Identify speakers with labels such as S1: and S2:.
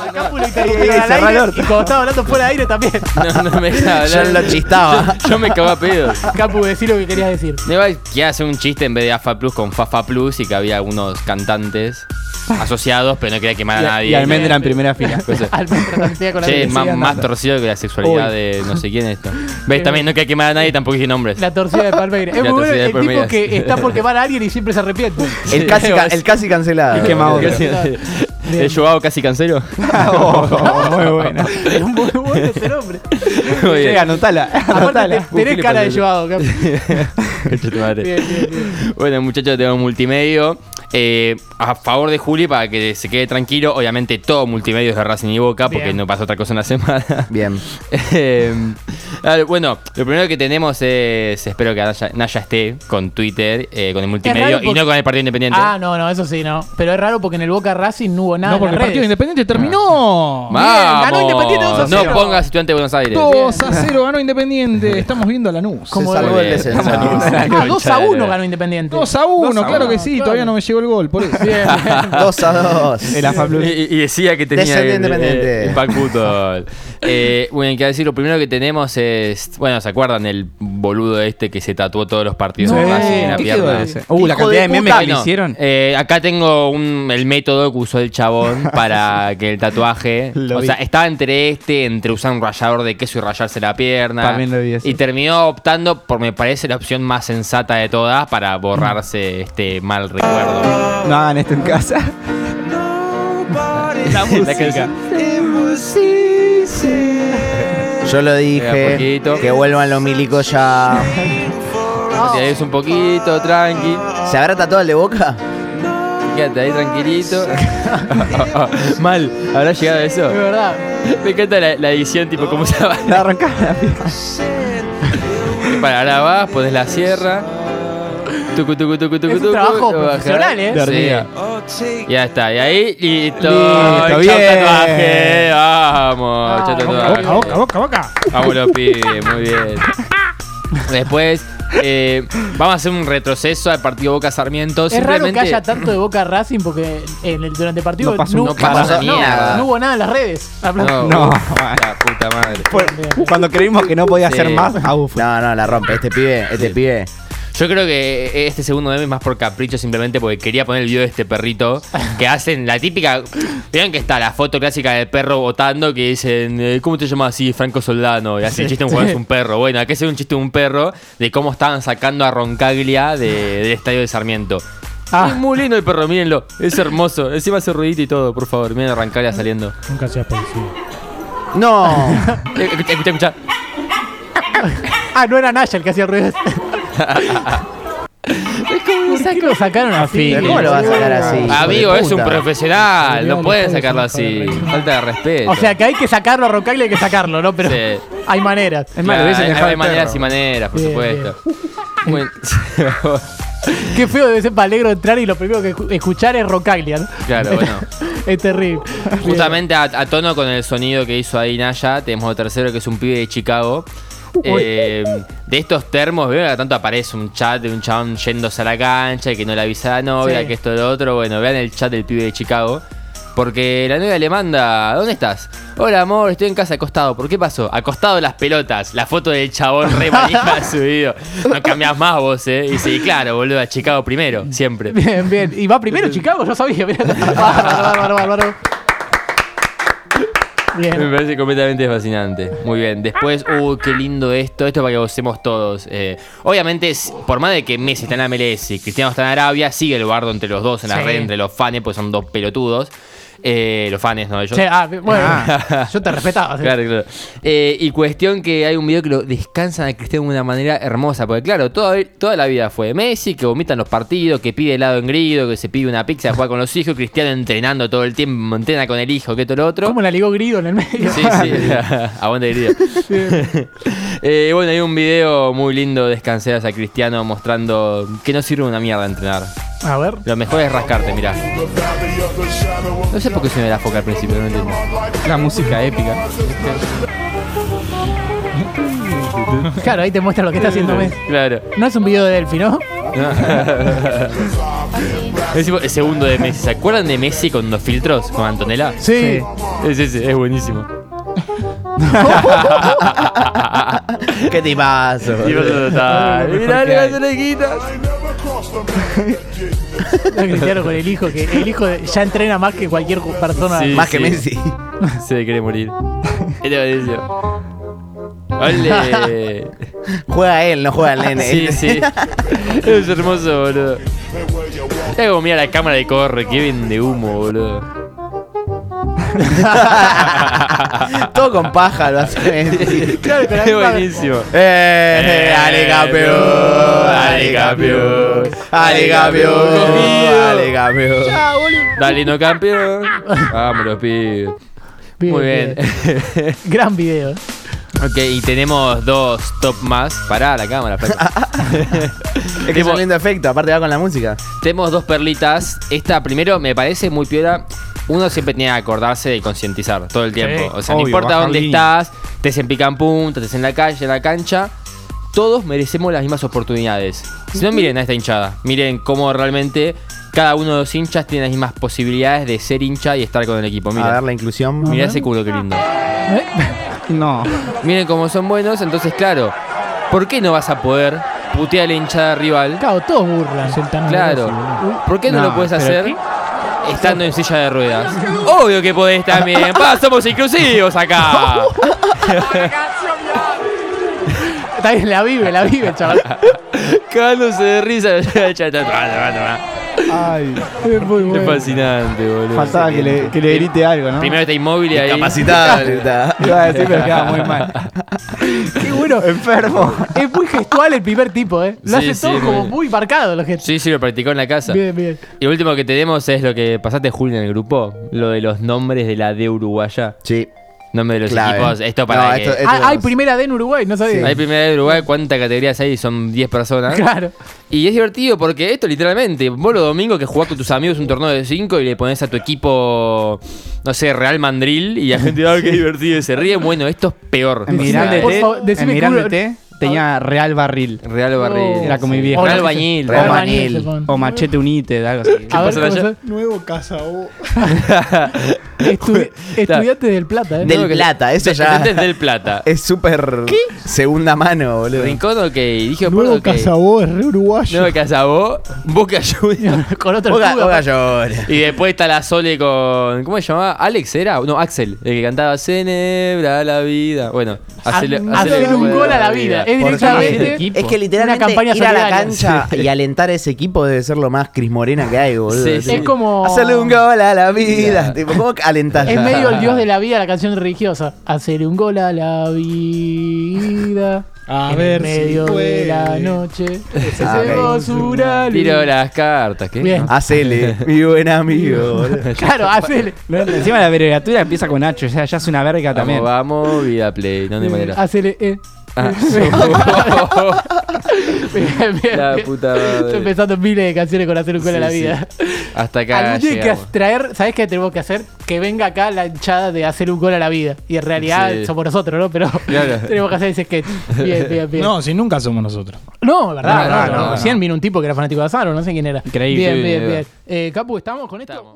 S1: Acá pude interrumpir al
S2: cerrá el
S1: aire
S2: orto.
S1: y como estaba hablando fuera de aire también.
S3: No, no me dejaba hablar.
S2: Yo lo chistaba.
S3: Yo me cagaba a pedos.
S1: Capu, decí lo que querías decir.
S3: Me iba que hace un chiste en vez de AFA Plus con Fafa Plus y que había algunos cantantes asociados, pero no quería quemar a
S4: Y-
S3: nadie.
S4: Y Almendra en primera fila.
S3: Cosas.
S1: Al menos traducía con la
S3: Che, es
S1: dirección.
S3: más, más torcido que la sexualidad
S1: Uy.
S3: de no sé quién es esto. ¿Ves? También no quería quemar a nadie, tampoco dije nombres.
S1: La torcida de Palmeiras. Es
S3: La
S1: muy bueno
S3: torcida de
S1: el tipo
S3: Palmeiras.
S1: que está por quemar a alguien y siempre se arrepiente.
S2: El casi, ca- el casi cancelado.
S4: Y quemado.
S3: Casi- ¿He llevado casi cancero?
S4: Oh, muy buena.
S1: Es muy bueno ese hombre.
S3: Muy
S4: Che,
S3: bien.
S4: anotala.
S1: Aparte,
S4: anotala.
S1: te- tenés cara de llevado, Capu. Bien,
S3: Concha tu madre.
S1: bien, bien.
S3: Bueno, muchachos, tenemos multimedio. Eh, a favor de Juli, para que se quede tranquilo, obviamente todo multimedio es de Racing y Boca, porque
S1: Bien.
S3: no pasa otra cosa en la semana.
S2: Bien.
S3: Em, a ver, bueno, lo primero que tenemos es, espero que Naya, Naya esté con Twitter, eh, con el multimedio,
S1: raro
S3: y no
S1: porque-
S3: con el Partido Independiente.
S1: Ah, no, no, eso sí, no. Pero es raro porque en el Boca Racing no hubo nada.
S5: No,
S1: en
S5: porque el
S1: las
S5: partido
S1: redes.
S5: independiente
S3: Ah.
S5: terminó.
S3: ¡Vamos!
S1: ganó Independiente 2 a
S3: no
S1: 0.
S3: pongas estudiante de Buenos Aires.
S5: 2 a 0 ganó Independiente. Estamos viendo a Lanús.
S1: ¿Cómo
S2: Se salvó
S3: Muy
S2: el
S3: bien.
S2: descenso.
S1: Ah, 2 a 1 ganó Independiente.
S5: 2 a 1,
S4: Dos a
S5: claro
S4: uno,
S5: que sí.
S1: claro.
S5: Todavía no me llegó el gol, por eso.
S1: Bien.
S2: 2 a 2.
S4: El AFA
S3: Y,
S4: Plus.
S3: y- y decía que tenía
S2: Descendiente
S3: el, eh,
S2: independiente.
S3: el, el Pacutol. Eh, bueno, que decir, lo primero que tenemos es. Bueno, ¿se acuerdan el boludo este que se tatuó todos los partidos de
S5: eh,
S1: No,
S3: Racing en la
S1: ¿qué
S3: pierna?
S4: Uh, la
S2: Hijo
S4: cantidad
S2: de
S4: de memes
S2: puta.
S4: que le
S3: Bueno,
S4: hicieron.
S3: eh, acá tengo un- el método que usó el chabón para que el tatuaje.
S4: Lo
S3: o
S4: vi.
S3: sea, estaba entre este, entre usar un rallador de queso y rayarse la pierna.
S4: También lo vi eso.
S3: Y terminó optando por, me parece, la opción más sensata de todas para
S4: Mm.
S3: borrarse este mal recuerdo.
S4: No hagan esto en casa.
S3: La música.
S2: Yo lo dije.
S3: poquito.
S2: Que vuelvan los milicos ya.
S1: Oh.
S3: Te ves un poquito, tranqui.
S2: ¿Se habrá tatuado el de boca?
S3: Quédate ahí tranquilito. Mal, ¿habrá llegado eso?
S1: Es verdad.
S3: Me encanta la, la edición, tipo, cómo se va.
S4: La arrancás la pierna.
S3: Para ahora vas, pones la sierra. Tucu, tucu, tucu, tucu,
S1: Es un
S3: tucu,
S1: trabajo
S3: lo bajás.
S1: profesional, ¿eh?
S4: De hormiga.
S3: Sí. Ya está, y ahí listo.
S4: Listo,
S3: Chau,
S4: bien.
S3: tatuaje. Vamos, chau, tatuaje.
S5: Boca, boca, boca, boca.
S3: Vamos los pibes, muy bien. Después, eh, vamos a hacer un retroceso al partido Boca Sarmiento.
S1: Es raro que
S3: Simplemente
S1: haya tanto de Boca Racing porque en el, durante el partido
S4: No pasó
S3: no pasa
S2: no,
S3: nada.
S1: no hubo nada en las redes.
S3: No,
S4: No,
S3: uf,
S4: man.
S3: la puta madre.
S4: Por- Cuando creímos que no podía
S3: Sí.
S4: hacer más, abu fue.
S2: No, no, la rompe. Este pibe, este pibe.
S3: Yo creo que este segundo meme es más por capricho, simplemente porque quería poner el video de este perrito que hacen la típica. Vieron que está la foto clásica del perro votando que dicen, eh, ¿cómo te llamas así? Franco Soldano. Y así el chiste de un jugador es un perro. Bueno, acá se ve un chiste de un perro de cómo estaban sacando a Roncaglia de- del estadio de Sarmiento.
S4: Ah.
S3: Es muy lindo el perro, mírenlo. Es hermoso. Encima hace ruidito y todo, por favor. Miren a Roncaglia saliendo.
S5: Nunca seas policía.
S2: No.
S3: Eh, Escucha, escucha, escucha.
S1: Ah, no era Naya el que hacía ruidos. ¿Por qué lo sacaron así?
S2: ¿Pero ¿Cómo lo vas a sacar así?
S3: Ah, Amigo, es un
S2: Puta.
S3: profesional. No
S5: Dios,
S3: pueden
S5: los padres
S3: sacarlo
S5: son un
S3: así.
S5: padre.
S3: Falta de respeto.
S1: O sea que hay que sacarlo a Roncaglia hay que sacarlo, ¿no? Pero
S3: Sí.
S1: hay maneras.
S4: Es más, lo
S3: Claro,
S4: hubiesen
S3: hay-
S4: dejado
S3: hay
S4: el perro.
S3: maneras y maneras, por
S1: Bien,
S3: supuesto. Bueno,
S1: Qué feo debe ser para Alegro entrar y lo primero que escu- escuchar es Roncaglia. ¿no?
S3: claro, bueno.
S1: Es terrible.
S3: Justamente a, a tono con el sonido que hizo ahí Naya, tenemos otro tercero que es un pibe de Chicago. Eh, de estos termos, veo que tanto aparece un chat de un chabón yéndose a la cancha y que no le avisa a la novia,
S1: Sí.
S3: que esto lo otro. Bueno, vean el chat del pibe de Chicago. Porque la novia le manda, ¿dónde estás? Hola amor, estoy en casa acostado. ¿Por qué pasó? Acostado las pelotas. La foto del chabón re manija subido. No cambias más vos, ¿eh? Y sí, claro, boludo, a Chicago primero, siempre.
S1: Bien, bien. Y va primero Chicago, yo sabía. mirá. Bárbaro, bárbaro, bárbaro.
S3: Me
S1: Bien.
S3: parece completamente fascinante. Muy bien. Después, uh, qué lindo esto. Esto para que gocemos todos. Eh, obviamente, s- por más de que Messi está en la MLS y Cristiano está en Arabia, sigue el bardo entre los dos en la
S1: Sí.
S3: red, entre los fanes, pues son dos pelotudos. Eh, los fanes, no ellos.
S1: Che, ah, bueno, yo te respetaba. sí.
S3: Claro, claro. Eh, y cuestión que hay un video que lo descansan a Cristiano de una manera hermosa. Porque, claro, toda, toda la vida fue Messi, que vomita en los partidos, que pide helado en grido, que se pide una pizza, juega con los hijos, Cristiano entrenando todo el tiempo, entrena con el hijo, que esto lo otro.
S1: ¿Cómo la ligó Grido en el medio?
S3: Sí, sí. Aguante querido. Eh, bueno, hay un video muy lindo de Escanceras a Cristiano mostrando que no sirve una mierda entrenar.
S1: A ver.
S3: Lo mejor es rascarte, mirá. No sé por qué se me da foca al principio, no entiendo.
S4: La música épica.
S1: Claro, ahí te muestra lo que está haciendo Messi.
S3: Claro.
S1: No es un video de Delphi, ¿no?
S3: Decimos, el segundo de Messi. ¿Se acuerdan de Messi con los filtros? Con Antonella.
S1: Sí.
S3: Es, es, es buenísimo.
S2: Qué tipazo.
S3: Y vos sos total. Mirá, le va a hacer ojitas.
S1: Cristiano con el hijo, que el hijo ya entrena más que cualquier persona.
S3: Sí.
S2: Más que Messi.
S3: Se quiere morir. ¿Qué te pareció? ¡Ole!
S2: Juega él, no juega el nene.
S3: Sí, sí. Es hermoso, boludo. Mira como mira la cámara y corre, que vende humo, boludo.
S2: Todo con paja lo hace Messi.
S1: Claro, con la
S3: Es
S1: misma-
S3: buenísimo.
S2: Eh, dale campeón, dale campeón, dale campeón, dale campeón.
S3: Dale, no campeón. Vamos, los pibes.
S1: Bien,
S3: Muy bien.
S1: Gran video.
S3: ok, y tenemos dos top más. Pará la cámara, flaco.
S2: Es que es un lindo efecto, aparte va con la música.
S3: Tenemos dos perlitas. Esta primero me parece muy piola. Uno siempre tiene que acordarse de concientizar todo el tiempo. o sea, no
S4: obvio,
S3: importa
S4: bajar
S3: dónde
S4: línea.
S3: estás, estés en pica en punta, estés en la calle, en la cancha. Todos merecemos las mismas oportunidades. Si no, miren a esta hinchada. Miren cómo realmente cada uno de los hinchas tiene las mismas posibilidades de ser hincha y estar con el equipo.
S2: A ver
S3: Miren,
S2: la inclusión.
S3: mirá ese culo que lindo.
S1: ¿Eh?
S4: No.
S3: Miren cómo son buenos. Entonces, claro, ¿por qué no vas a poder putear a la hinchada rival?
S1: Claro, todos burlan.
S3: Claro. Uh, ¿Por qué no,
S4: Ah, No,
S3: lo puedes
S4: ¿pero
S3: hacer estando en silla de ruedas? Obvio que podés también. Pa, somos inclusivos acá.
S1: Está bien, la vive, la vive, chaval.
S3: Cagándose de risa. es
S4: Ay.
S1: Es muy bueno.
S3: fascinante, boludo.
S4: Faltaba que le, que le grite algo, ¿no?
S3: Primero está inmóvil y ahí.
S2: Capacitable. está.
S4: Iba a decir, pero quedaba muy mal.
S1: Qué bueno.
S4: Enfermo.
S1: Es muy gestual el primer tipo, ¿eh? Lo
S3: Sí,
S1: hace todo
S3: sí, muy
S1: como
S3: bien.
S1: muy marcado los gestos.
S3: Sí, sí, lo practicó en la casa.
S1: Bien, bien.
S3: Y lo último que tenemos es lo que pasaste, Julio, en el grupo. Lo de los nombres de la D uruguaya.
S2: Sí,
S3: Nombre de los
S2: clave.
S3: equipos. Esto
S2: No,
S3: para que...
S2: esto- esto
S1: Ah, hay
S2: es-
S1: primera D en Uruguay, no sabía.
S3: Hay primera D de Uruguay. ¿Cuántas categorías hay? Son 10 personas.
S1: Claro.
S3: Y es divertido porque esto literalmente, vos los domingos que jugás con tus amigos un torneo de 5 y le pones a tu equipo, no sé, Real Mandril y la gente, ah, qué divertido, y se ríe. Bueno, esto es peor.
S4: En
S1: Decime, por favor,
S4: Mirandete, en
S1: decime que uno-
S4: Mirandete tenía Real Barril.
S3: Real Barril.
S4: Era como mi vieja.
S3: Real
S1: O no,
S3: Bañil.
S1: Real
S2: Real
S1: Bañil,
S2: Bañil.
S1: Japón.
S4: O Machete United, algo así.
S1: A ver,
S3: pasó allá?
S1: ¿cómo
S5: Nuevo Casabó.
S1: se- Estudi- Estudiante del Plata, ¿eh?
S2: Del Plata, eso ya-
S3: Desde del Plata.
S2: Es súper segunda mano, boludo.
S3: Rincón, ok. Dije,
S5: Nuevo
S3: ok.
S5: Casabó es re uruguayo.
S3: Nuevo Casabó. Boca Junior.
S1: Con otro
S2: Boca,
S1: escudo,
S2: Boca llora.
S3: Y después está la Sole con. ¿Cómo se llamaba? ¿Alex era? No, Axel. El que cantaba Celebra la vida. Bueno,
S1: Hacer
S3: hacele-
S1: un
S3: celebrar
S1: gol ah, a la vida. Es
S2: Porque
S1: directamente.
S3: equipo.
S2: Es que
S1: Una
S2: literalmente
S1: campaña
S2: ir a la
S1: solidaria.
S2: cancha y alentar a ese equipo debe ser lo más Cris Morena que hay, boludo.
S3: Sí, sí.
S1: Es como.
S2: Hacerle un gol a la vida.
S3: Ya.
S2: Tipo, ¿Cómo alentás?
S1: Es medio el dios de la vida, la canción religiosa. Hacerle un gol a la vida.
S5: A
S1: en
S5: ver
S1: el medio
S5: si
S1: de
S5: puede.
S1: la noche.
S2: Ah, ok.
S1: Hacemos una luz.
S3: Tiro las cartas, ¿qué?
S1: Bien.
S2: Hacele, mi buen amigo. boludo.
S1: Claro, hacele.
S4: Encima la abreviatura empieza con Nacho, o sea, ya es una
S1: Ah,
S4: verga
S3: Vamos,
S4: también.
S3: vamos, vida play, no de manera.
S1: Hacele. eh.
S3: Ah.
S1: Bien, bien,
S3: La
S1: bien.
S3: puta madre.
S1: Estoy pensando en miles de canciones con hacer un gol a la
S3: Sí, sí.
S1: vida.
S3: Hasta acá.
S1: Algún día hay que
S3: llegamos.
S1: traer, ¿sabes qué tenemos que hacer? Que venga acá la hinchada de hacer un gol a la vida. Y en realidad
S3: Sí.
S1: somos nosotros, ¿no? Pero
S3: Claro.
S1: tenemos que hacer ese sketch. Bien, bien, bien.
S5: No, si nunca somos nosotros.
S1: No, la verdad,
S3: No,
S1: no,
S3: no,
S1: no,
S3: no,
S1: Recién vino un tipo que era fanático de Azaro, no sé quién era.
S4: Increíble.
S1: Bien, bien,
S3: Sí,
S1: bien. Eh, Capu, ¿estamos con esto?
S3: Estamos.